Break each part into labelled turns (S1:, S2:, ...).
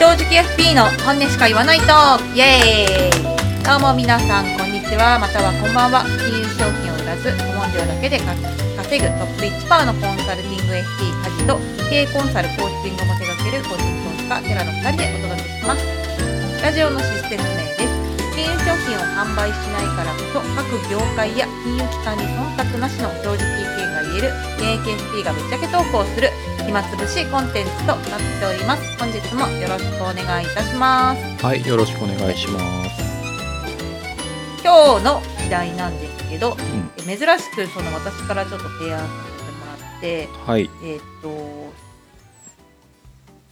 S1: 好き FP の本音しか言わないとイエーイどうも皆さんこんにちはまたはこんばんは金融商品を売らず顧問料だけで稼ぐトップ1%のコンサルティング FP 家事と経営コンサルコーチングも手掛ける個人投資家テラの2人でお届けしますラジオのシステム名です金融商品を販売しないからこそ各業界や金融機関に忖度なしの正直意見が言える現役 FP がぶっちゃけ投稿する暇つぶしコンテンツとなっております本日もよろしくお願いいたします
S2: はい、よろしくお願いします。
S1: 今日の議題なんですけど
S2: うん、
S1: 珍しくその私からちょっと提案させてもらって
S2: はい、
S1: えーっと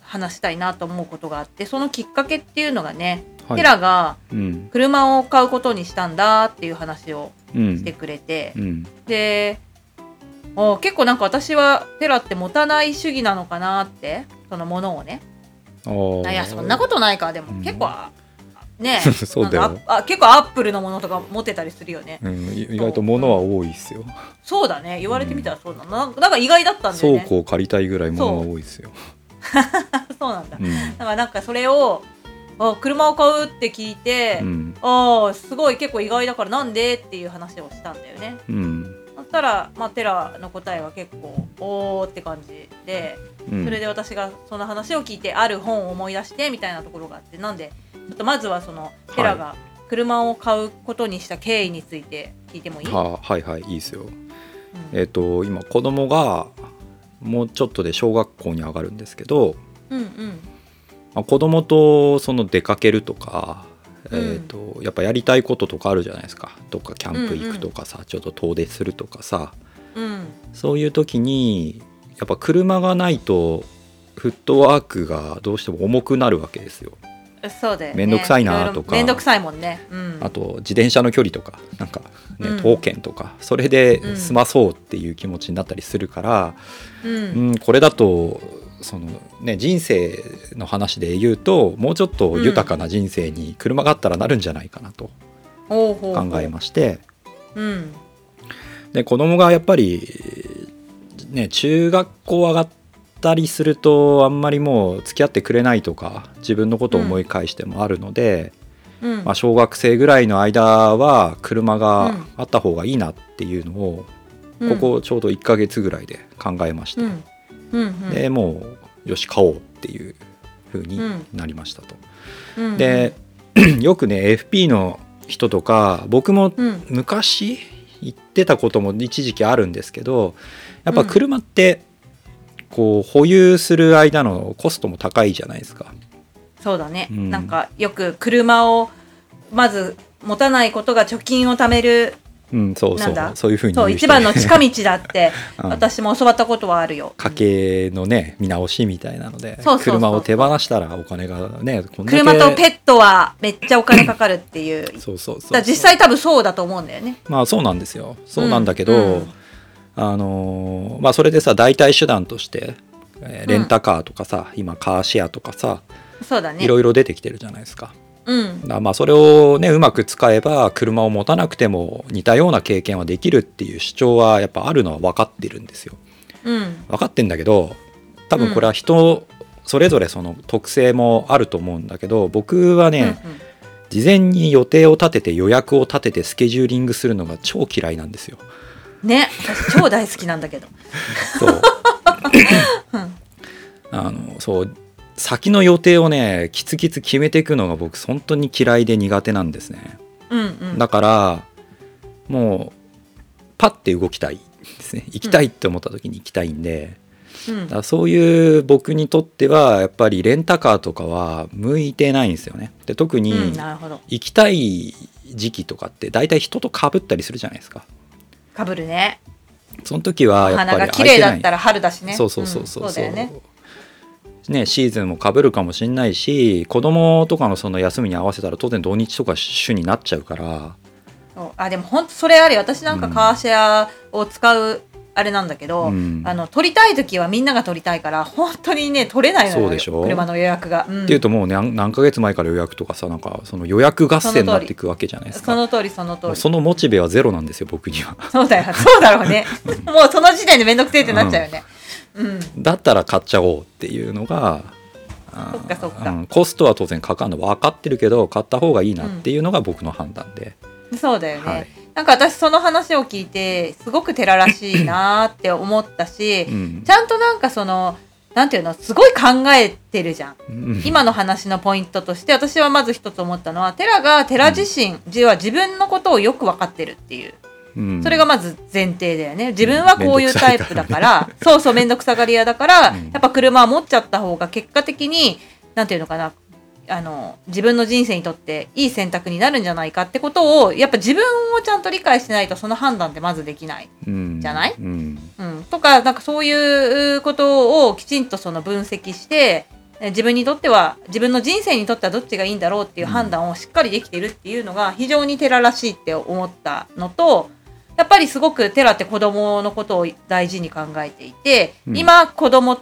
S1: 話したいなと思うことがあってそのきっかけっていうのがね、
S2: はい。
S1: テラが
S2: うん、
S1: 車を買うことにしたんだっていう話を
S2: う
S1: し
S2: ん
S1: て、くれて、
S2: うん、
S1: でお結構なんか私はテラって持たない主義なのかなってそのものをね
S2: あー
S1: いやそんなことないかでも、
S2: うん
S1: 結構あね
S2: そうだよ
S1: なんかああ結構アップルのものとか持ってたりするよね
S2: うん、い意外と物は多いですよ。
S1: そうだね言われてみたらそうだななんかなんか意外だったんだよ
S2: 倉
S1: ね
S2: 庫を借りたいぐらい物は多いですよ。
S1: そうなんだだ
S2: うん、
S1: からなんかそれをあ車を買うって聞いて、
S2: うん、
S1: ああすごい結構意外だからなんでっていう話をしたんだよね
S2: うん、
S1: そしたら、まあ、テラの答えは結構おーって感じで
S2: うん
S1: それで私がその話を聞いてある本を思い出してみたいなところがあってなんでちょっとまずはそのテラが車を買うことにした経緯について聞いてもいい、
S2: ははいはいいいですよ。
S1: うん
S2: えっ、と今子供がもうちょっとで小学校に上がるんですけど、
S1: うんうん
S2: まあ、子供とその出かけるとか、
S1: うん
S2: えー、とやっぱやりたいこととかあるじゃないですかどっかキャンプ行くとかさ、ちょっと遠出するとかさ
S1: うん
S2: そういう時にやっぱ車がないとフットワークがどうしても重くなるわけですよ
S1: そうだよね
S2: めんどくさいなと
S1: ろろ
S2: か
S1: めんどくさいもんねうん
S2: あと自転車の距離とかなんかね、
S1: うん
S2: 刀剣とかそれで済まそうっていう気持ちになったりするから、
S1: う
S2: うんん、これだとその、ね、人生の話で言うともうちょっと豊かな人生に車があったらなるんじゃないかなと
S1: ほうほうほう
S2: 考えまして、
S1: うん
S2: で子供がやっぱり、ね、中学校上がったりするとあんまりもう付き合ってくれないとか自分のことを思い返してもあるので、
S1: うん
S2: まあ、小学生ぐらいの間は車
S1: う
S2: が
S1: ん
S2: あった方がいいなっていうのを、
S1: うん
S2: ここちょうど1ヶ月ぐらいで考えまして、
S1: うんうんうん
S2: でもうよし買おうっていう風になりましたと。
S1: うん
S2: で よくね FP の人とか僕も
S1: うん
S2: 昔言ってたことも一時期あるんですけどやっぱ車ってこう保有する間のコストも高いじゃないですか。
S1: そうだね、
S2: うん
S1: なんかよく車をまず持たないことが貯金を貯める
S2: うん、そうそ
S1: なんだ
S2: うそういう風に言
S1: そう
S2: う人
S1: 一番 の近道だって
S2: うん
S1: 私も教わったことはあるよ。
S2: 家計のね見直しみたいなので
S1: そうそうそう
S2: 車を手放したらお金がねこんだけ
S1: 車とペットはめっちゃお金かかるっていう。だか
S2: そうそうそう
S1: ら実際多分そうだと思うんだよね。
S2: まあそうなんですよそうなんだけど、
S1: うんうん
S2: あのーまあそれでさ代替手段として、えーレンタカーとかさ、今カーシェアとかさ
S1: そうだね。
S2: いろいろ出てきてるじゃないですか。
S1: うん。
S2: だまあそれをねうまく使えば車を持たなくても似たような経験はできるっていう主張はやっぱあるのは分かってるんですよ。
S1: うん。
S2: 分かってんだけど多分これは人それぞれその特性もあると思うんだけど僕はね、事前に予定を立てて予約を立ててスケジューリングするのが超嫌いなんですよ。
S1: うんね。私超大好きなんだけど。
S2: そうあのそう先の予定をねきつきつ決めていくのが僕本当に嫌いで苦手なんですね
S1: うんうん。
S2: だからもうパッて動きたいですね行きたいって思った時に行きたいんで、
S1: うん
S2: だからそういう僕にとってはやっぱりレンタカーとかは向いてないんですよねで特に
S1: うん。なるほど。
S2: 行きたい時期とかって大体人と被ったりするじゃないですか
S1: かぶるね。
S2: その時は
S1: お
S2: やっぱ
S1: 花
S2: り
S1: が綺
S2: 空い
S1: 麗
S2: て
S1: だ
S2: ない
S1: ったら春だしね。
S2: そうそうそうそう,、
S1: んそうだよね。
S2: ねシーズンもかぶるかもしれないし子供とかのその休みに合わせたら当然土日とか主になっちゃうから
S1: そうあでも本当それあれ私なんかカーシェアを使うあれなんだけど、
S2: うん
S1: あの取りたい時はみんなが取りたいから本当にね取れないのよ
S2: そうでしょ
S1: 車の予約が、うん
S2: っていうともう何何ヶ月前から予約とかさなんかその予約合戦になっていくわけじゃないです
S1: そ
S2: か
S1: の通りその通り
S2: もうそのモチベはゼロなんですよ僕には
S1: そうだよそうだろうねもうその時点で面倒くせえってなっちゃうよねうん、
S2: だったら買っちゃおうっていうのが
S1: そっかそっか
S2: うんコストは当然かかるの分かってるけど買った方がいいなっていうのが僕の判断で、
S1: そうだよね、
S2: はい、
S1: なんか私その話を聞いてすごく寺らしいなーって思ったし
S2: うん
S1: ち、ゃんとなんかそのなんていうのすごい考えてるじゃん
S2: うん
S1: 今の話のポイントとして私はまず一つ思ったのは寺が寺自身自は自分のことをよく分かってるっていう
S2: うん
S1: それがまず前提だよね自分はこういうタイプだからそうそう面倒くさがり屋だから、
S2: うん
S1: やっぱ車を持っちゃった方が結果的になんていうのかなあの自分の人生にとっていい選択になるんじゃないかってことをやっぱ自分をちゃんと理解してないとその判断ってまずできない、
S2: うん
S1: じゃない
S2: うん
S1: うん、とかなんかそういうことをきちんとその分析してえ自分にとっては自分の人生にとってはどっちがいいんだろうっていう判断をしっかりできてるっていうのが非常に寺らしいって思ったのとやっぱりすごく寺って子供のことを大事に考えていて、
S2: うん
S1: 今子供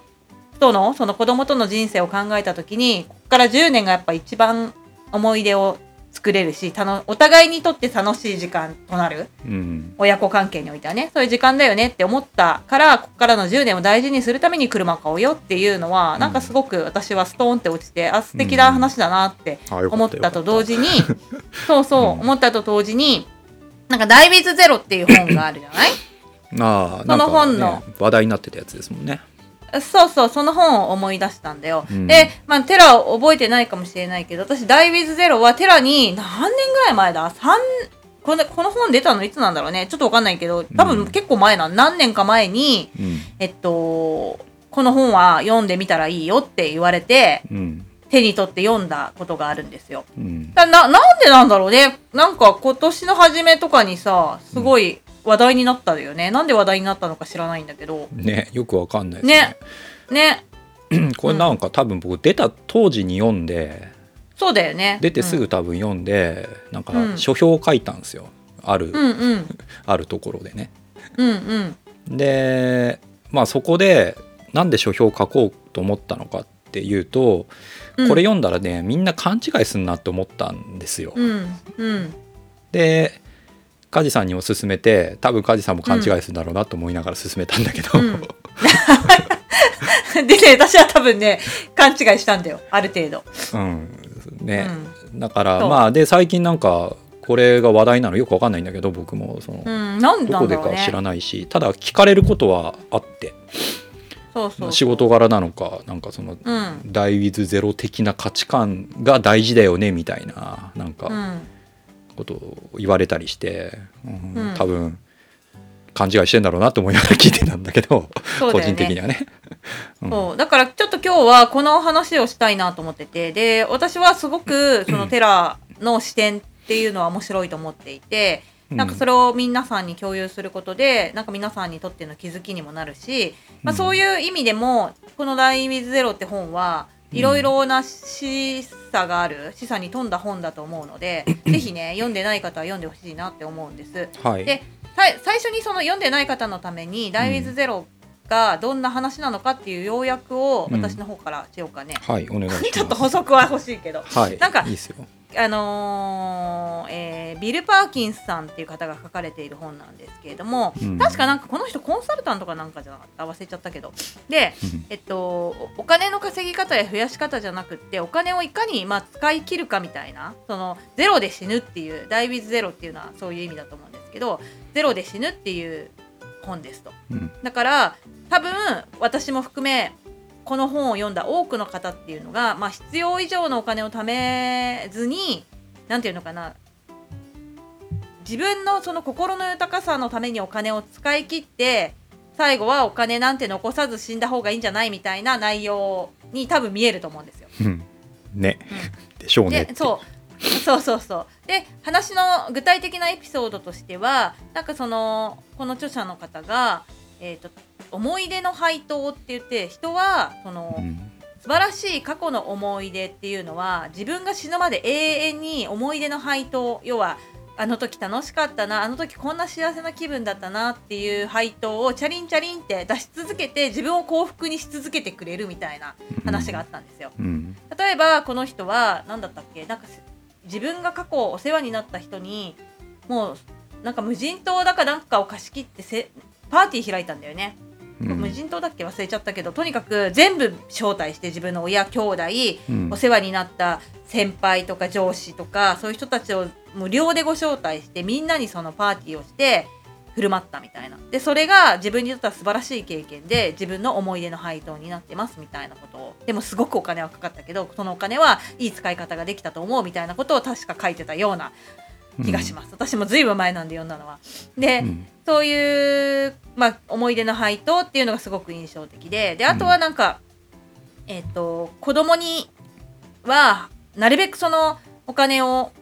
S1: とのその子供との人生を考えた時にここから10年がやっぱ一番思い出を作れるし楽お互いにとって楽しい時間となる。
S2: うん
S1: 親子関係においてはねそういう時間だよねって思ったからここからの10年を大事にするために車を買おうよっていうのは、
S2: ん
S1: なんかすごく私はストーンって落ちてあ素敵な話だなって
S2: あよか
S1: 思っ
S2: よ
S1: た
S2: か
S1: と同時 にそうそう
S2: うん
S1: 思ったと同時になんか「ダイビーズゼロ」っていう本があるじゃない
S2: ああ
S1: その本の
S2: なんかね話題になってたやつですもんね
S1: そうそう、その本を思い出したんだよ。
S2: うん
S1: で、まあ、テラを覚えてないかもしれないけど、私、ダイビーズゼロはテラに何年ぐらい前だ ?3、このこの本出たのいつなんだろうねちょっとわかんないけど、多
S2: う
S1: 分
S2: ん
S1: 結構前な、何年か前に、
S2: うん
S1: えっと、この本は読んでみたらいいよって言われて、
S2: うん
S1: 手に取って読んだことがあるんですよ。
S2: うん
S1: だな、なんでなんだろうねなんか今年の初めとかにさ、すごい話題になったよね。なんで話題になったのか知らないんだけど。
S2: ねよくわかんないです
S1: ね
S2: ね。
S1: ね。
S2: これなんか多分僕出た当時に読んで
S1: そうだよね。
S2: 出て
S1: うん
S2: すぐ多分読んで、なん
S1: うん
S2: か書評を書いたんですよある、
S1: うんうん
S2: あるところでね。
S1: うんうん
S2: でまあそこでなんで書評を書こうと思ったのかっていうと
S1: うん
S2: これ読んだらねみんな勘違いすんなって思ったんですよ。
S1: うんうん
S2: で梶さんにお勧めて多分梶さんも勘違いするんだろうなと思いながら勧めたんだけど、
S1: うん でね私は多分ね勘違いしたんだよある程度、
S2: うん
S1: う
S2: ね、
S1: ん
S2: だから
S1: そう
S2: まあで最近なんかこれが話題なのよくわかんないんだけど僕もその、
S1: うん、なん
S2: ど
S1: な
S2: こ
S1: ん
S2: で
S1: だろう
S2: か
S1: ね
S2: 知らないし、ただ聞かれることはあって
S1: そうそう
S2: 仕事柄なのかなんかその
S1: うん
S2: 「ダイウィズゼロ」的な価値観が大事だよねみたいななん
S1: う
S2: か
S1: ん
S2: ことを言われたりして、うん
S1: うん
S2: 多分勘違いしてんだろうなと思いながら聞いてたんだけど
S1: そう
S2: 個
S1: だよ
S2: 人的
S1: ね
S2: にはね。うん
S1: そうだからちょっと今日はこの話をしたいなと思っててで私はすごくそのテラの視点っていうのは面白いと思っていて、なんかそれを皆さんに共有することでなんか皆さんにとっての気づきにもなるし、まあ、
S2: うん
S1: そういう意味でもこの「LINE with Zero」って本はいろいろな示唆がある示唆に富んだ本だと思うの でぜひね読んでない方は読んでほしいなって思うんです。
S2: はい
S1: でさい最初にその読んでない方のために「LINE with Zero」がどんな話なのかっていう要約を
S2: うん
S1: 私の方からしようかね。
S2: はい、お願いしま す。
S1: ちょっと補足は欲しいけど。
S2: はい、
S1: なんか
S2: いいですよ。
S1: あのーえービル・パーキンスさんっていう方が書かれている本なんですけれども、
S2: うん
S1: 確かなんかこの人コンサルタントかなんかじゃなかった忘れちゃったけどで、
S2: うん
S1: えっと、おお金の稼ぎ方や増やし方じゃなくってお金をいかにまあ使い切るかみたいなそのゼロで死ぬっていう「ダイビズゼロ」っていうのはそういう意味だと思うんですけどゼロで死ぬっていう本ですと。
S2: うん
S1: だから多分私も含めこの本を読んだ多くの方っていうのが、まあ、必要以上のお金を貯めずに何ていうのかな自分のその心の豊かさのためにお金を使い切って最後はお金なんて残さず死んだ方がいいんじゃないみたいな内容に多分見えると思うんですよ。
S2: うんね
S1: う、
S2: でしょうね
S1: で
S2: って。
S1: そうそうそうそうで話の具体的なエピソードとしてはなんかそのこの著者の方が、えーと「思い出の配当」って言って人はその、
S2: うん
S1: 素晴らしい過去の思い出っていうのは自分が死ぬまで永遠に思い出の配当要はあの時楽しかったなあの時こんな幸せな気分だったなっていう配当をチャリンチャリンって出し続けて自分を幸福にし続けてくれるみたいな話があったんですよ。
S2: うん
S1: 例えばこの人は何だったっけなんかせ自分が過去お世話になった人にもうなんか無人島だかなんかを貸し切ってせパーティー開いたんだよね。
S2: うん
S1: 無人島だっけ忘れちゃったけどとにかく全部招待して自分の親兄弟
S2: うん
S1: お世話になった先輩とか上司とかそういう人たちを無料でご招待してみんなにそのパーティーをして振る舞ったみたいなでそれが自分にとっては素晴らしい経験で自分の思い出の配当になってますみたいなことをでもすごくお金はかかったけどそのお金はいい使い方ができたと思うみたいなことを確か書いてたような気がします、私もずいぶん前なんで読んだのは。で、
S2: うん
S1: そういう、まあ、思い出の配当っていうのがすごく印象的でであとはなんか、えっ、と子供にはなるべくそのお金を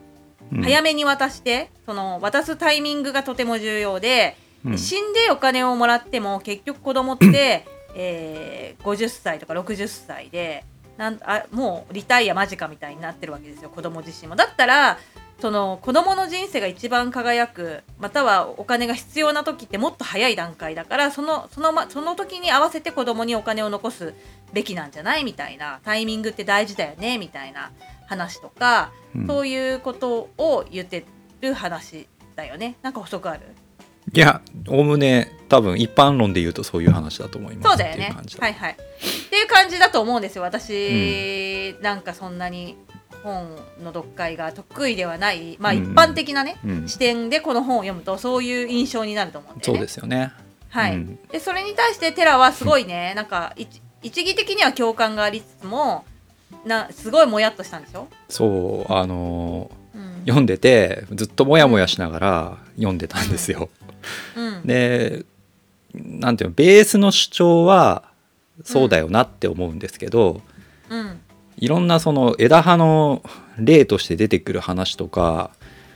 S2: うん
S1: 早めに渡して、その渡すタイミングがとても重要で、
S2: うん
S1: 死んでお金をもらっても結局子供 って、えー50歳とか60歳でなんあもうリタイア間近みたいになってるわけですよ子供自身も。だったらその子供の人生が一番輝くまたはお金が必要な時ってもっと早い段階だからそのその,、ま、その時に合わせて子供にお金を残すべきなんじゃないみたいなタイミングって大事だよねみたいな話とか、
S2: うん
S1: そういうことを言ってる話だよねなんか補足ある
S2: いやおおむね多分一般論で言うとそういう話だと思います
S1: そうだよ
S2: ってい
S1: ね
S2: 感じだ
S1: はいはいっていう感じだと思うんですよ私、なんかそんなに本の読解が得意ではないまあ
S2: うん
S1: 一般的なね、
S2: うん
S1: 視点でこの本を読むとそういう印象になると思うんだよ
S2: そう
S1: ね。
S2: ですよね
S1: はい
S2: うん
S1: でそれに対してテラはすごいねなんか一一義的には共感がありつつもなすごいもやっとしたんでしょ、
S2: そうあのー
S1: うん
S2: 読んでてずっとモヤモヤしながら読んでたんですよ。
S1: うん
S2: でなんていうのベースの主張はそうだよなって思うんですけど、
S1: うん
S2: いろんなその枝葉の例として出てくる話とか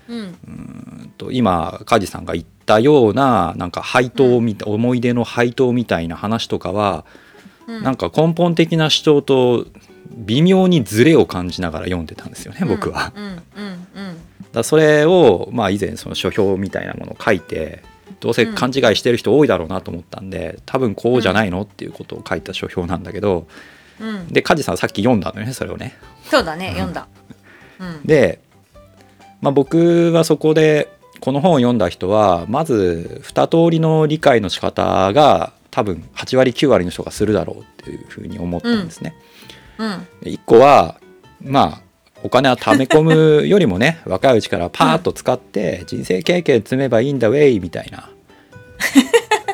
S1: うん
S2: うんと今梶さんが言ったようななんか配当みた思い出の配当みたいな話とかは、
S1: うん
S2: なんか根本的な主張と微妙にズレを感じながら読んでたんですよね僕は。
S1: うんうんうん
S2: だからそれを、まあ、以前その書評みたいなものを書いてどうせ勘違いしてる人多いだろうなと思ったんで、多分こうじゃないのっていうことを書いた書評なんだけど
S1: うんうん
S2: で梶さんさっき読んだのよねそれをね。
S1: そうだね読んだ。うん
S2: で、まあ、僕はそこでこの本を読んだ人はまず2通りの理解の仕方が多分8割9割の人がするだろうっていうふうに思ったんですね。
S1: うん
S2: で一個はまあお金は貯め込むよりもね 若いうちからパーッと使って人生経験積めばいいんだウェイみたい な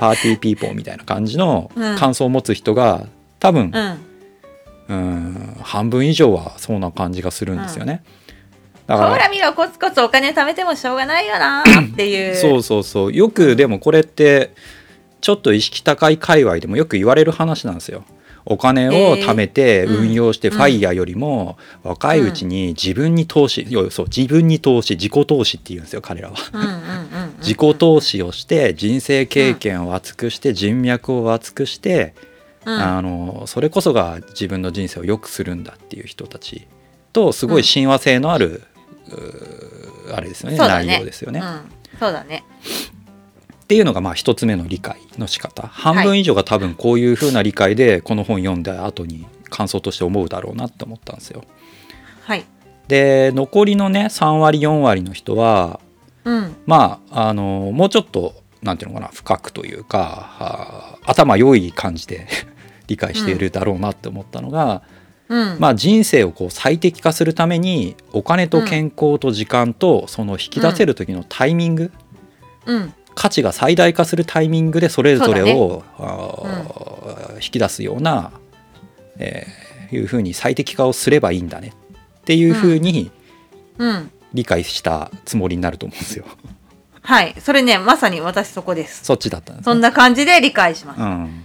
S2: パーティーピーポーみたいな感じの
S1: うん
S2: 感想を持つ人が多分
S1: う、ん
S2: うん、半分以上はそうな感じがするんですよね。だ
S1: ほ
S2: から
S1: 見ろコツコツお金貯めてもしょうがないよ なーっていう
S2: そうそうそうよくでもこれってちょっと意識高い界隈でもよく言われる話なんですよ。お金を貯めて
S1: ーうん
S2: 運用して
S1: うん
S2: ファイヤーよりも若いうちに自分に投資、いやそう自分に投資自己投資っていうんですよ彼らは。
S1: うんうんうんうん
S2: 自己投資をして人生経験を厚くして人脈を厚くして、
S1: うん
S2: あのそれこそが自分の人生を良くするんだっていう人たちとすごい親和性のある、うーあれですよね
S1: そうだね
S2: 内容ですよね。
S1: うんそうだね
S2: っていうのがまあ一つ目の理解の仕方半分以上が多分こういう風な理解でこの本読んだ後に感想として思うだろうなって思ったんですよ。
S1: はい
S2: で残りのね3割4割の人は
S1: うん
S2: まああのもうちょっとなんていうのかな深くというかあー頭良い感じで 理解しているだろうなって思ったのが、
S1: うん
S2: まあ、人生をこう最適化するためにお金と健康と時間とその引き出せる時のタイミング、
S1: うん
S2: 価値が最大化するタイミングでそれぞれを、あー引き出すような、えーいうふうに最適化をすればいいんだねっていうふうに
S1: うん
S2: 理解したつもりになると思うんですよ。
S1: はいそれねまさに私そこです
S2: そっちだったんです、ね
S1: そんな感じで理解します
S2: うん、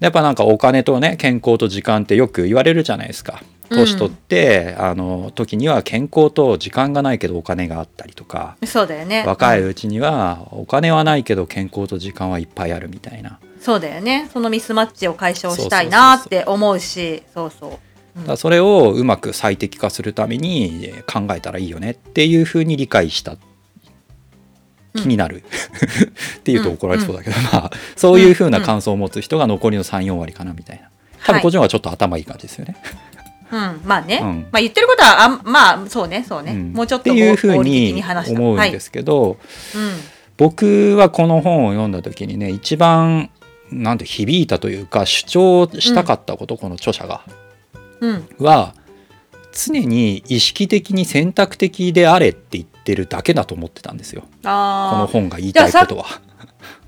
S2: やっぱなんかお金とね健康と時間ってよく言われるじゃないですか。
S1: うん
S2: 年取って、あの時には健康と時間がないけどお金があったりとか
S1: そうだよね
S2: 若い
S1: うん
S2: うちにはお金はないけど健康と時間はいっぱいあるみたいな。
S1: そうだよねそのミスマッチを解消したいなーって思うしそうそう
S2: だからそれをうまく最適化するためにえー考えたらいいよねっていうふうに理解した気になる、 っていうと怒られそうだけど、まあそういうふうな感想を持つ人が残りの34割かなみたいな多分こっちの方がちょっと頭いい感じですよね。
S1: うんまあね
S2: うん
S1: まあ言ってることはあんまあそうねそうね
S2: うん
S1: もうちょっ
S2: って
S1: と
S2: いうふ
S1: 合
S2: う
S1: 理的
S2: に
S1: 話した
S2: 思うん
S1: はい
S2: ですけど、
S1: うん
S2: 僕はこの本を読んだ時にね一番なんて響いたというか主張したかったこと、この著者が
S1: うん
S2: は常に意識的に選択的であれって言ってるだけだと思ってたんですよこの
S1: あー
S2: 本が言いたいことは。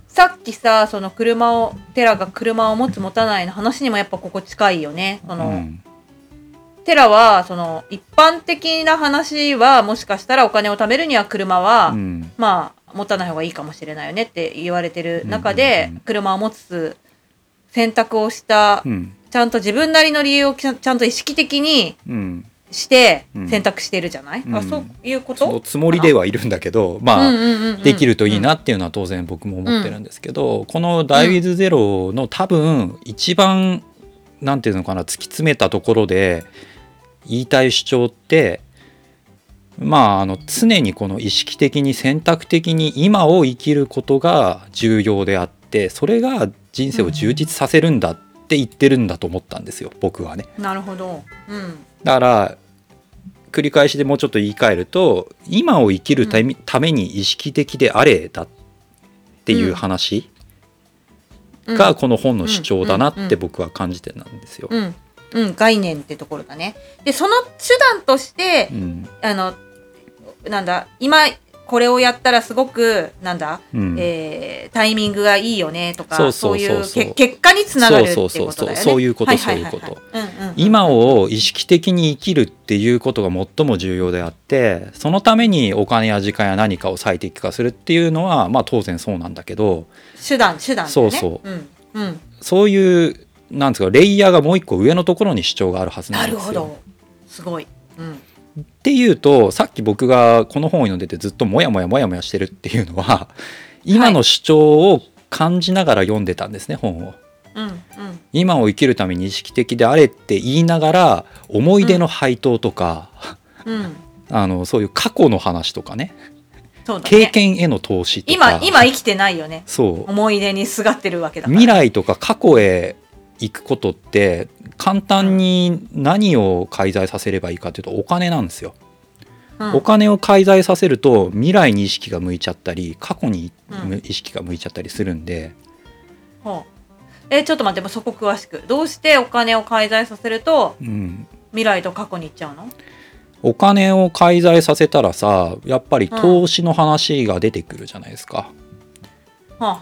S1: さっきさその車をテラが車を持つ持たないの話にもやっぱここ近いよねその、
S2: うん
S1: テラはその一般的な話はもしかしたらお金を貯めるには車は、
S2: うん
S1: まあ持たない方がいいかもしれないよねって言われてる中で、
S2: うんうんうん
S1: 車を持つ選択をした、
S2: うん
S1: ちゃんと自分なりの理由をちゃんちゃんと意識的に
S2: うん
S1: して
S2: うん
S1: 選択してるじゃない、
S2: う
S1: あ
S2: ん
S1: そういうこと
S2: そのつもりではいるんだけどまあ、できるといいなっていうのは当然僕も思ってるんですけど、この「ダイウィズゼロの多分一番なんていうのかな突き詰めたところで言いたい主張ってまああの常にこの意識的に選択的に今を生きることが重要であってそれが人生を充実させるんだって言ってるんだと思ったんですよ僕はね。
S1: なるほど、うん、
S2: だから繰り返しでもうちょっと言い換えると今を生きるためために意識的であれだっていう話
S1: うん
S2: がこの本の主張だなって僕は感じてなんですよ。
S1: うん、うん、概念ってところだねでその手段として
S2: うん
S1: あのなんだ今これをやったらすごくなんだ、
S2: うん
S1: えータイミングがいいよねとか
S2: そう
S1: そ
S2: そうう
S1: い
S2: そう
S1: う
S2: そう
S1: け結果につながるっていうことだよね
S2: そうそうそうそうそういうこと
S1: はははは
S2: そういうこと
S1: うんうん
S2: 今を意識的に生きるっていうことが最も重要であってそのためにお金や時間や何かを最適化するっていうのはまあ当然そうなんだけど
S1: 手段手段だよね、
S2: そうそう
S1: んうん、
S2: そういうなんですかレイヤーがもう一個上のところに主張があるはずな
S1: なんる
S2: です
S1: ほ
S2: よ。
S1: どすごい、うん、
S2: っていうとさっき僕がこの本を読んでてずっとモヤモヤモヤモヤしてるっていうのは今の主張を感じながら読んでたんですね本を。
S1: うんうん
S2: 今を生きるために意識的であれって言いながら思い出の配当とか、
S1: うん
S2: あのそういう過去の話とかね
S1: そうだね
S2: 経験への投資とか
S1: 今今生きてないよね
S2: そう
S1: 思い出にすがってるわけだから
S2: 未来とか過去へ行くことって簡単に何を介在させればいいかというとお金なんですよ。
S1: うん
S2: お金を介在させると未来に意識が向いちゃったり過去に
S1: うん
S2: 意識が向いちゃったりするんで、
S1: ほうえちょっと待ってもうそこ詳しくどうしてお金を介在させると
S2: うん、
S1: 未来と過去に行っちゃうの
S2: お金を介在させたらさやっぱり投資の話が出てくるじゃないですか。
S1: はあは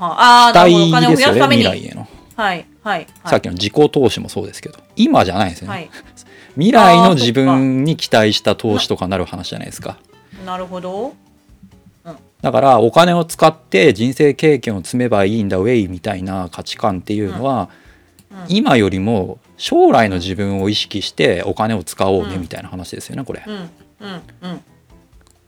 S1: ああー
S2: 期
S1: なるほどお金
S2: 待
S1: を増
S2: です
S1: やす
S2: よね
S1: ため
S2: 未
S1: に
S2: 来への、
S1: はいはいはい
S2: さっきの自己投資もそうですけど今じゃないですよね、
S1: はい
S2: 未来
S1: あー
S2: の自分に期待した投資とかになる話じゃないですか。
S1: なるほど
S2: だからお金を使って人生経験を積めばいいんだウェイみたいな価値観っていうのは、
S1: うん
S2: 今よりも将来の自分を意識してお金を使おうね
S1: うん
S2: みたいな話ですよねこれ、
S1: うんうんうん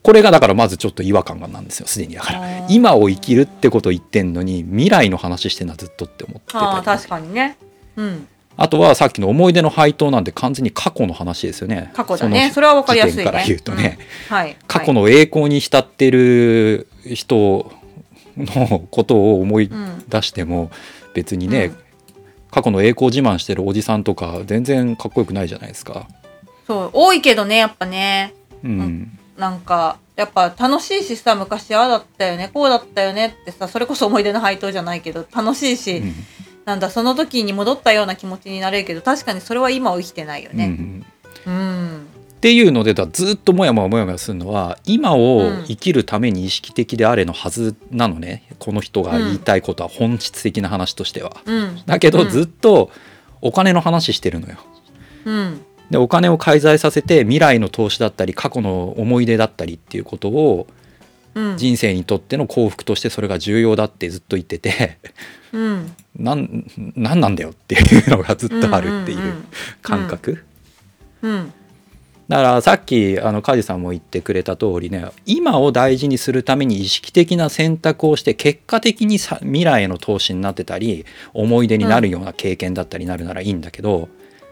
S2: これがだからまずちょっと違和感がなんですよすでにだか
S1: あ
S2: ら
S1: ー
S2: 今を生きるってことを言ってんのに未来の話してんなずっとって思ってたり
S1: ああ確かにねうん
S2: あとはさっきの思い出の配当なんて完全に過去の話ですよね
S1: 過去だねそれは分かりやすい
S2: 時点から
S1: ね
S2: 言うとね、
S1: うんはい
S2: 過去
S1: の
S2: の栄光に浸ってる人のことを思い出しても別にね、
S1: うん
S2: 過去の栄光自慢してるおじさんとか全然かっこよくないじゃないですか。
S1: そう多いけどねやっぱね
S2: うん
S1: なんかやっぱ楽しいしさ昔ああだったよねこうだったよねってさそれこそ思い出の配当じゃないけど楽しいし、
S2: うん
S1: なんだその時に戻ったような気持ちになれるけど確かにそれは今を生きてないよ
S2: うんう
S1: ね。
S2: ん
S1: うん、
S2: っていうのでだずっともやもやもやもやするのは今を生きるために意識的であれのはずなのねこの人が言いたいことは本質的な話としては。
S1: うん、
S2: だけ
S1: う
S2: ど
S1: ん
S2: ずっとお金の話してるのよ。
S1: うん、
S2: でお金を介在させて未来の投資だったり過去の思い出だったりっていうことを
S1: うん、
S2: 人生にとっての幸福としてそれが重要だってずっと言ってて。
S1: うん、
S2: なんなんなんだよっていうのがずっとあるってい
S1: ん
S2: うう感覚、
S1: うんうん、
S2: だからさっきあの梶さんも言ってくれた通りね今を大事にするために意識的な選択をして結果的にさ未来への投資になってたり思い出になるような経験だったりなるならいいんだけど、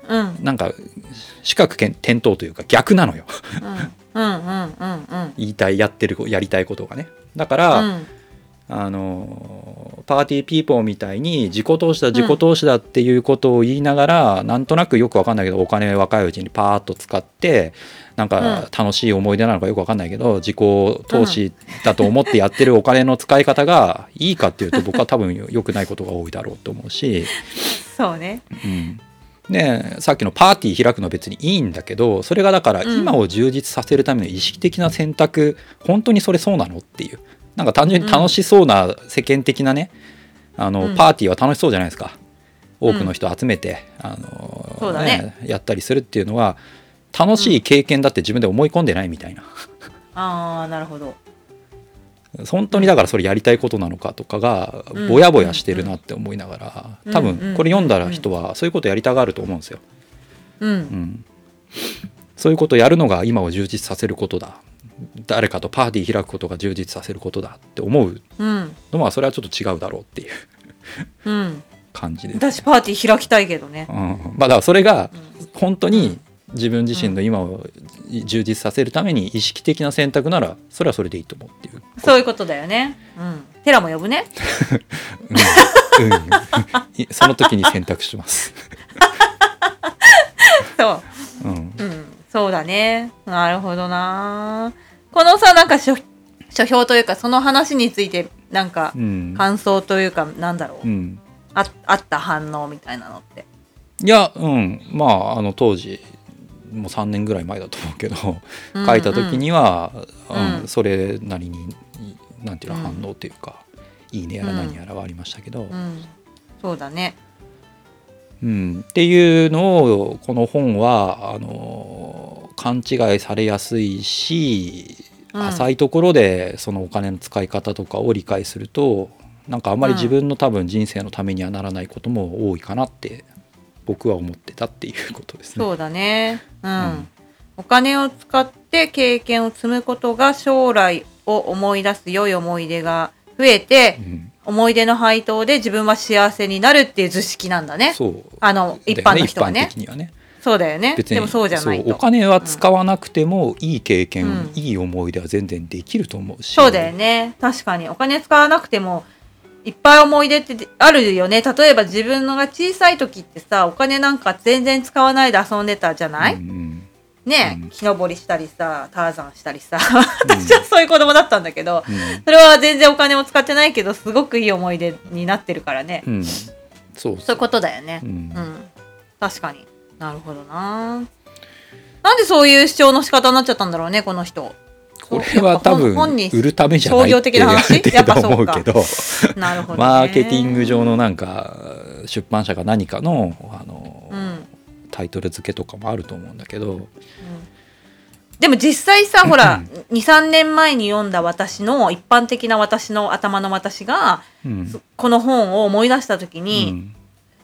S1: うん、うん、
S2: なんか視覚転倒というか逆なのよ
S1: うん、うん、うん、うん、うん、
S2: 言いたいやってるやりたいことがね。だから、あのパーティーピーポーみたいに自己投資だ自己投資だっていうことを言いながら、なんとなくよくわかんないけどお金若いうちにパーッと使ってなんか楽しい思い出なのかよくわかんないけど自己投資だと思ってやってるお金の使い方がいいかっていうと僕は多分良くないことが多いだろうと思うし、
S1: そうね
S2: うん、ねさっきのパーティー開くの別にいいんだけどそれがだから
S1: うん
S2: 今を充実させるための意識的な選択、本当にそれそうなのっていうなんか単純に楽しそうな世間的なね、あの
S1: うん
S2: パーティーは楽しそうじゃないですか多
S1: うん
S2: くの人集めて、あの
S1: そうだね
S2: やったりするっていうのは楽しい経験だって自分で思い込んでないみたいな。
S1: ああなるほど
S2: 本当にだからそれやりたいことなのかとかが
S1: うん
S2: ぼやぼやしてるなって思いなが
S1: うん
S2: ら多
S1: うんう
S2: 分
S1: ん
S2: これ読んだら人はそういうことやりたがると思うんですよ。
S1: う
S2: うんん、そういうことをやるのが今を充実させることだ誰かとパーティー開くことが充実させることだって思う
S1: うん
S2: のはそれはちょっと違うだろうっていう
S1: うん
S2: 感じです、
S1: 私パーティー開きたいけどね
S2: うん、まあだからそれが本当
S1: う
S2: に
S1: ん
S2: 自分自身の今を充実させるために意識的な選択ならそれはそれでいいと思うっていう、
S1: そういうことだよねうんテラも呼ぶ ね
S2: うんうんいその時に選択します、
S1: そう
S2: うん、
S1: うん、そうだね。なるほどな。このさ、なんか書書評というか、その話について、なんか
S2: う、ん
S1: 感想というか、なんだろう、
S2: うん、
S1: あ。あった反応みたいなのって。
S2: いやうんまああの当時もう3年ぐらい前だと思うけど
S1: うん
S2: 書いた時、には、
S1: うん
S2: うんそれなりにいなんていうの
S1: うん
S2: 反応っていうか、いいねやら
S1: うん
S2: 何やらはありましたけど、
S1: うんうんそうだね。
S2: うんっていうのをこの本はあの勘違いされやすいし、
S1: うん
S2: 浅いところでそのお金の使い方とかを理解するとなんかあんまり自分の多分人生のためにはならないことも多いかなって僕は思ってたっていうことですね。
S1: そうだね。うん。
S2: うん
S1: お金を使って経験を積むことが将来を思い出す良い思い出が増えて、
S2: うん、
S1: 思い出の配当で自分は幸せになるっていう図式なんだね。
S2: そう
S1: あの、一
S2: だ
S1: 般
S2: よ
S1: の人は
S2: 一般
S1: ね
S2: 的。にはね。
S1: そうだよね。でもそうじゃない
S2: そうお
S1: と。
S2: 金は使わなくてもいい経験、
S1: うん
S2: いい思い出は全然できると思うし
S1: そうだよね。確かに。お金使わなくても、いっぱい思い出ってあるよね。例えば自分のが小さい時ってさ、お金なんか全然使わないで遊んでたじゃない、
S2: うんうん
S1: ねえ、
S2: うん
S1: 木登りしたりさ、ターザンしたりさ。私はそういう子供だったんだけど、
S2: う
S1: それは全然お金を使ってないけど、すごくいい思い出になってるからね。
S2: んうんそう
S1: そう
S2: そ
S1: いうことだよね
S2: う。ん
S1: うん。確かになるほどな。なんでそういう主張の仕方になっちゃったんだろうね、この人。
S2: これは多
S1: そうやっぱ本
S2: 分
S1: 人
S2: 売るためじゃない
S1: 商業的な話
S2: って
S1: やっ
S2: ある
S1: ぱそ
S2: 程度
S1: うか
S2: 思うけど
S1: なるほど、ね。
S2: マーケティング上のなんか出版社か何かのあの、
S1: うん。うん。
S2: タイトル付けとかもあると思うんだけど、
S1: でも実際さ、ほら、2、3年前に読んだ私の、一般的な私の頭の私が、
S2: うん
S1: この本を思い出した時
S2: う
S1: に、
S2: ん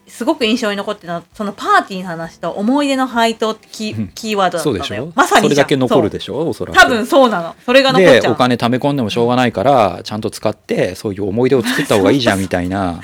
S1: すごく印象に残ってるのは、そのパーティーの話と思い出の配当ってキ,、
S2: うん
S1: キーワードだった
S2: そ
S1: のよ。
S2: うでしょ
S1: まさに
S2: それだけ残る
S1: で
S2: でしょおそらく
S1: 多分そうなの。それが残っ
S2: で
S1: ちゃ
S2: お
S1: うの。
S2: 金貯め込んでもしょうがないからちゃんと使ってそういう思い出を作った方がいいじゃんみた いな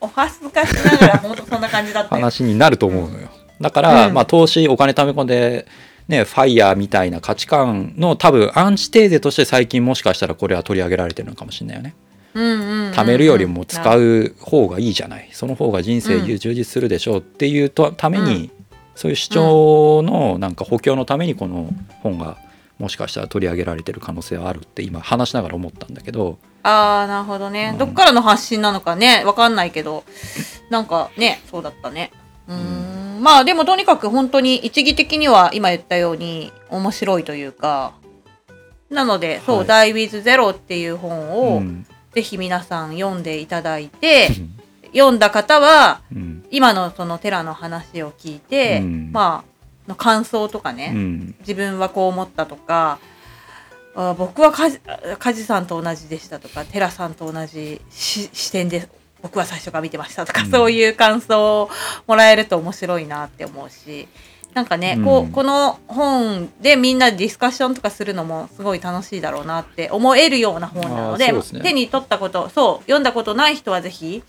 S1: お恥ずかしながら、本当そんな感じだったよ。
S2: 話になると思うのよ。だから、
S1: うん
S2: まあ投資お金貯め込んでねファイヤーみたいな価値観の多分アンチテーゼとして最近もしかしたらこれは取り上げられてるのかもしれないよね。
S1: うんうんうん
S2: 貯めるよりも使
S1: う
S2: う方がいいじゃない。その方が人生充実するでしょうっていうとために、そういう主張のなんか補強のためにこの本がもしかしたら取り上げられてる可能性はあるって今話しながら思ったんだけど、
S1: ああなるほどね、
S2: うん
S1: どっからの発信なのかねわかんないけどなんかねそうだったねうーんまあでもとにかく本当に一義的には今言ったように面白いというかなので「そう、
S2: はい
S1: Die with Zero」っていう本を、
S2: うん
S1: ぜひ皆さん読んでいただいて 読んだ方は
S2: うん
S1: 今のそのテラの話を聞いて、
S2: うん
S1: まあの感想とかね、
S2: うん
S1: 自分はこう思ったとかあ僕はカジカジさんと同じでしたとかテラさんと同じし視点で僕は最初から見てましたとか、
S2: うん
S1: そういう感想をもらえると面白いなって思うしなんかね、こ
S2: う
S1: うんこの本でみんなでディスカッションとかするのもすごい楽しいだろうなって思えるような本なので
S2: あーそうですね
S1: 手に取ったことそう読んだことない人はぜひ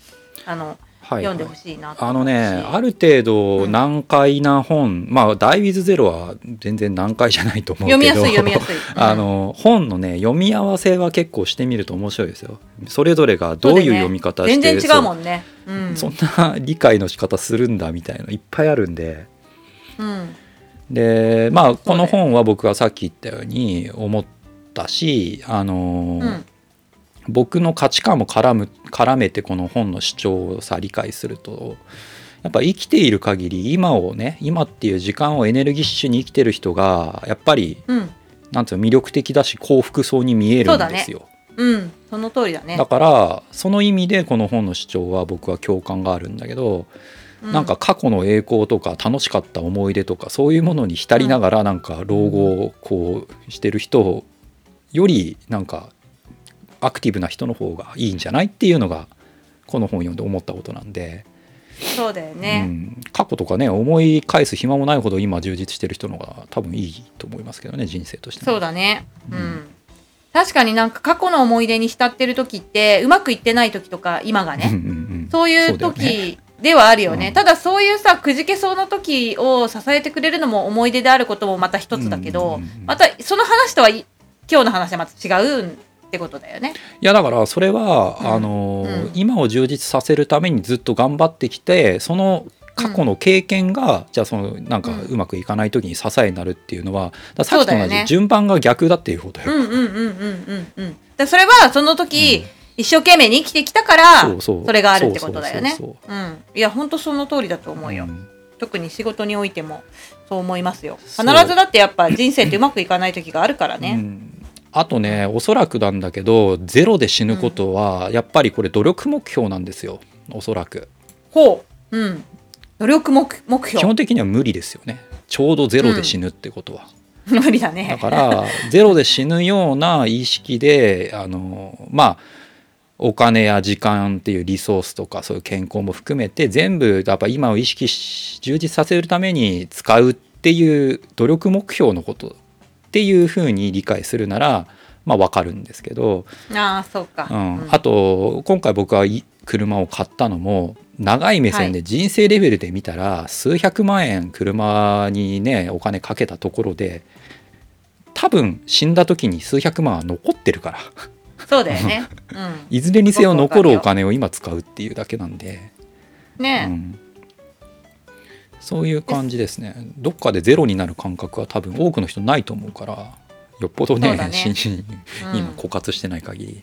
S1: あの
S2: はい
S1: 読んでほしいなと
S2: あ
S1: 思
S2: の
S1: うし
S2: ねある程
S1: う
S2: 度
S1: ん
S2: 難解な本、まあ「ダイ・ウィズ・ゼロ」は全然難解じゃないと思う
S1: 読
S2: けど
S1: みやすい読みやすい、うん
S2: あの本のね読み合わせは結構してみると面白いですよそれぞれがどういう読み方して
S1: 全然違うも
S2: ね
S1: んねうん
S2: そんな理解の仕方するんだみたいのいっぱいあるんで
S1: うん
S2: でまあこの本は僕はさっき言ったように思ったしあの、
S1: うん
S2: 僕の価値観も絡む絡めてこの本の主張をさ理解するとやっぱ生きている限り今をね今っていう時間をエネルギッシュに生きてる人がやっぱり
S1: うん
S2: なんていうの魅力的だし幸福そうに見えるんですよ。
S1: うんその通りだね
S2: だからその意味でこの本の主張は僕は共感があるんだけど、
S1: う
S2: なんか過去の栄光とか楽しかった思い出とかそういうものに浸りながらなんか老後をこうしてる人よりなんかアクティブな人の方がいいんじゃないっていうのがこの本読んで思ったことなんで、
S1: そうだよ
S2: う
S1: ね、
S2: ん、過去とかね思い返す暇もないほど今充実してる人の方が多分いいと思いますけどね人生としてね
S1: そうだねうん、
S2: うん
S1: 確かになんか過去の思い出に浸ってる時ってうまくいってない時とか今がね、
S2: うんうんうん
S1: そういう
S2: そうだよ
S1: 時ではあるよね。
S2: うん
S1: ただそういうさ、くじけそうな時を支えてくれるのも思い出であることもまた一つだけど、
S2: うんうんうん
S1: またその話とはい今日の話はまた違うってことだよね。
S2: いやだからそれは、
S1: うん
S2: あの
S1: うん
S2: 今を充実させるためにずっと頑張ってきてその過去の経験が、じゃあそのなんか
S1: うん
S2: うまくいかない時に支えになるっていうのはだからさ
S1: そ
S2: っ
S1: うだ
S2: きと
S1: よ
S2: 同
S1: ね
S2: じ順番が逆だっていうこと
S1: う
S2: よ。
S1: んうんうんうんうんうん。でそれはその時、一生懸命に生きてきたから、
S2: そうそう
S1: それがあるってことだよね。
S2: そうそう
S1: うん。いや、ほんとその通りだと思うよ。
S2: うん
S1: 特に仕事においてもそう思いますよ。必
S2: そう
S1: ずだってやっぱ人生ってうまくいかない時があるから
S2: う
S1: ね。
S2: んあとねおそらくなんだけどゼロで死ぬことは、やっぱりこれ努力目標なんですよおそらく
S1: ほう。うん。努力目目
S2: 基
S1: 標。
S2: 本的には無理ですよねちょうどゼロで死ぬってことは。
S1: 無理だね。
S2: だからゼロで死ぬような意識であのまあお金や時間っていうリソースとかそういう健康も含めて全部やっぱ今を意識し充実させるために使うっていう努力目標のことっていうふうに理解するならまあわかるんですけど、
S1: ああそうか、
S2: うん
S1: うん
S2: あと今回僕はい車を買ったのも長い目線で人生レベルで見たら、数百万円車にねお金かけたところで多分死んだ時に数百万は残ってるから
S1: そうだよね、
S2: いずれにせよ
S1: すごくわか
S2: 残
S1: る
S2: る
S1: よ
S2: お金を今使うっていうだけなんで、
S1: うん、
S2: う
S1: ね
S2: ん、そういう感じですねどっかでゼロになる感覚は多分多くの人ないと思うからよっぽど
S1: そ
S2: ね
S1: うだ ね
S2: 真摯に
S1: え、うん
S2: 今枯渇してない限り。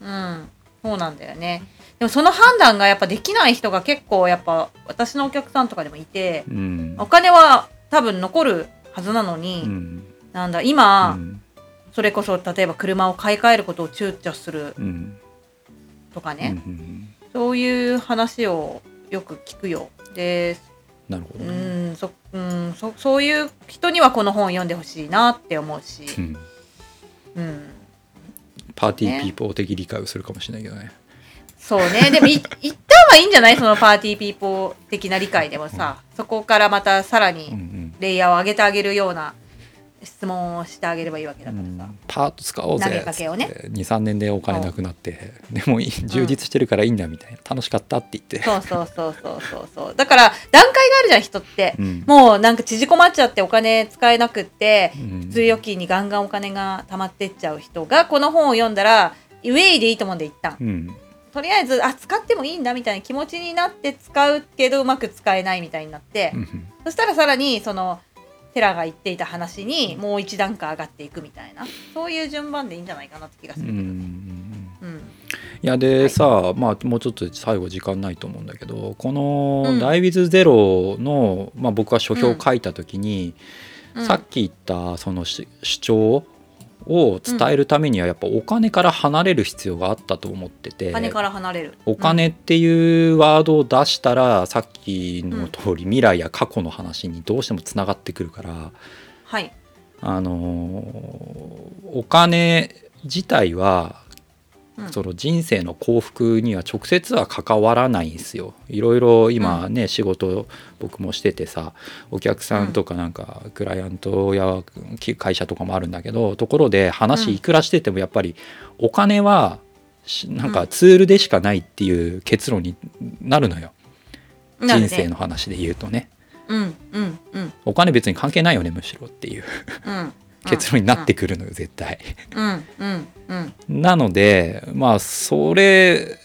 S1: うん、そうなんだよねでもその判断がやっぱできない人が結構やっぱ私のお客さんとかでもいて
S2: うん
S1: お金は多分残るはずなのに、
S2: うん
S1: なんだ今、
S2: うん
S1: それこそ例えば車を買い替えることを躊躇する
S2: うん
S1: とかね、
S2: うんうんうん
S1: そういう話をよく聞くよで
S2: なるほ
S1: う
S2: ど、ね。
S1: んそうんそそういう人にはこの本を読んでほしいなって思うし、
S2: うん
S1: うん、
S2: パーティーピーポー的理解をするかもしれないけどね。
S1: そうね。でも、い 一旦はいいんじゃないそのパーティーピーポー的な理解でもさ、そこからまたさら
S2: うんう
S1: に
S2: ん
S1: レイヤーを上げてあげるような質問をしてあげればいいわけ
S2: う
S1: だからさ
S2: ん。、パート使おうぜ
S1: 投げかけをね
S2: 23年でお金なくなってでもいい充実してるからいいんだみたいな楽しかったって言って、
S1: そうそうそうそうそうそう。だから、段階があるじゃん、人って。
S2: うん
S1: もうなんか縮こまっちゃってお金使えなくって、
S2: うん
S1: 普通預金にガンガンお金が溜まってっちゃう人が、この本を読んだら、ウェイでいいと思うんで、一旦。
S2: うん
S1: とりあえず、あ、使ってもいいんだみたいな気持ちになって使うけど、うまく使えないみたいになって、
S2: うん
S1: そしたらさらにそのテラが言っていた話にもう一段階上がっていくみたいなそういう順番でいいんじゃないかなって気がす
S2: うん
S1: るけ
S2: う
S1: どね。
S2: ん
S1: うん
S2: いやでさ、まあ、もうちょっと最後時間ないと思うんだけどこ
S1: うん
S2: の「ダイビズゼロの」まあ、僕は書評を書いた時に、
S1: うん
S2: さっき言ったそのし主張を伝えるためにはやっぱお金から離れる必要があったと思ってて、
S1: お金から離れる。
S2: お金っていうワードを出したら、さっきの通り未来や過去の話にどうしてもつながってくるから、
S1: うんはい。
S2: あのーお金自体は
S1: うん
S2: その人生の幸福には直接は関わらないんですよ。いろいろ今ね、仕事僕もしててさお客さんとかなんかクライアントやき会社とかもあるんだけどところで
S1: うん
S2: 話いくらしててもやっぱりお金はしなんかツールでしかないっていう結論になるのよ。
S1: なるね
S2: 人生の話で言うとね
S1: うんうんうん
S2: お金別に関係ないよねむしろっていう
S1: うん
S2: 結論になってくるのよ絶対。
S1: うんうんうん
S2: なのでまあそれ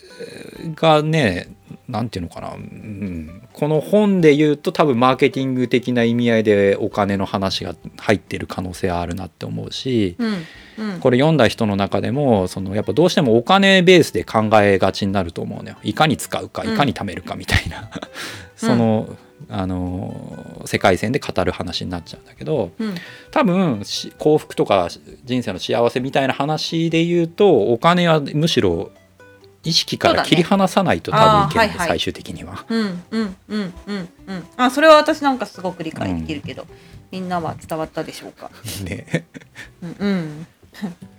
S2: がねなんていうのかな、うん、この本で言うと多分マーケティング的な意味合いでお金の話が入ってる可能性はあるなって思うし。
S1: うんうん
S2: これ読んだ人の中でもそのやっぱどうしてもお金ベースで考えがちになると思うのよいかに使うか
S1: うん
S2: いかに貯めるかみたいな、そのあの世界線で語る話になっちゃうんだけど
S1: うん
S2: 多分し幸福とか人生の幸せみたいな話で言うとお金はむしろ意識か
S1: そうだ
S2: ら
S1: ね
S2: 切り離さないと多分いけない、
S1: あーはいはい
S2: 最終的には。
S1: うんうんうんうんうんあそれは私なんかすごく理解できるけど、みんなは伝わったでしょうか
S2: ね
S1: うん、うん、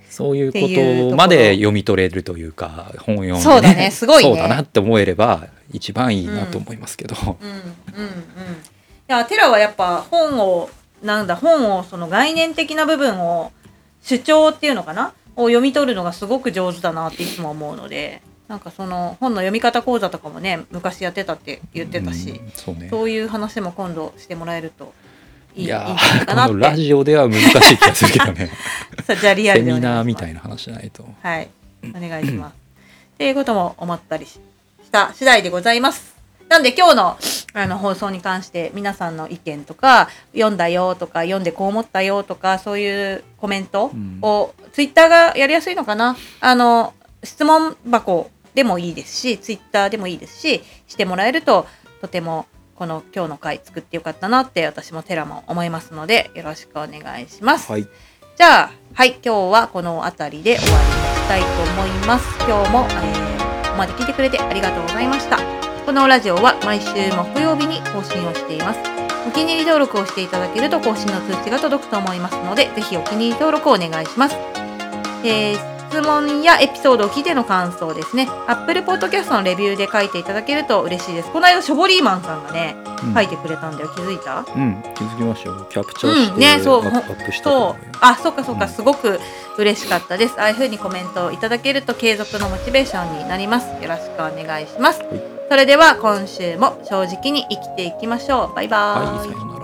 S2: そういう
S1: っていうと
S2: こ
S1: ことろ
S2: まで読み取れるというか本読んで、ね、
S1: そうだ ねすごいね
S2: そうだなって思えれば一番いいなと思いますけど。
S1: うんうんうんいやテラはやっぱ本をなんだ本をその概念的な部分を主張っていうのかなを読み取るのがすごく上手だなっていつも思うのでなんかその本の読み方講座とかもね昔やってたって言ってたし、
S2: うんそうね
S1: そういう話も今度してもらえるといい
S2: い
S1: いいんじゃ
S2: や
S1: ないかな
S2: ーこのラ
S1: って
S2: ジオでは難しい気がするけ どね
S1: さあじゃあリア
S2: セ
S1: ルでお願い
S2: ミ
S1: しま
S2: ナ
S1: す
S2: ーみたいな話じゃないと
S1: はい。お願いします。っていうことも思ったりしした次第でございます。なんで今日のあの放送に関して皆さんの意見とか、読んだよとか、読んでこう思ったよとか、そういうコメントを、ツイッターがやりやすいのかなあの、質問箱でもいいですし、ツイッターでもいいですし、してもらえると、とてもこの今日の回作ってよかったなって私もテラも思いますので、よろしくお願いします。
S2: はい
S1: じゃあ、はい、今日はこの辺りで終わりにしたいと思います。今日も、えーここまで聞いてくれてありがとうございました。このラジオは毎週木曜日に更新をしています。お気に入り登録をしていただけると更新の通知が届くと思いますので、ぜひお気に入り登録をお願いします。えー質問やエピソードを聞いての感想ですね。Apple Podcast のレビューで書いていただけると嬉しいです。この間、ショボリーマンさんがね、
S2: うん
S1: 書いてくれたんだよ。気づいた
S2: うん、気づきましたよ。キャプチャーして、
S1: うんねそう
S2: アップしたと
S1: そ
S2: 思う
S1: う
S2: よ。
S1: あそうかそうか、
S2: うん
S1: すごく嬉しかったですああいうふうにコメントをいただけると継続のモチベーションになりますよろしくお願いします、
S2: はい
S1: それでは今週も正直に生きていきましょうバイバーイ、
S2: はい、さようなら。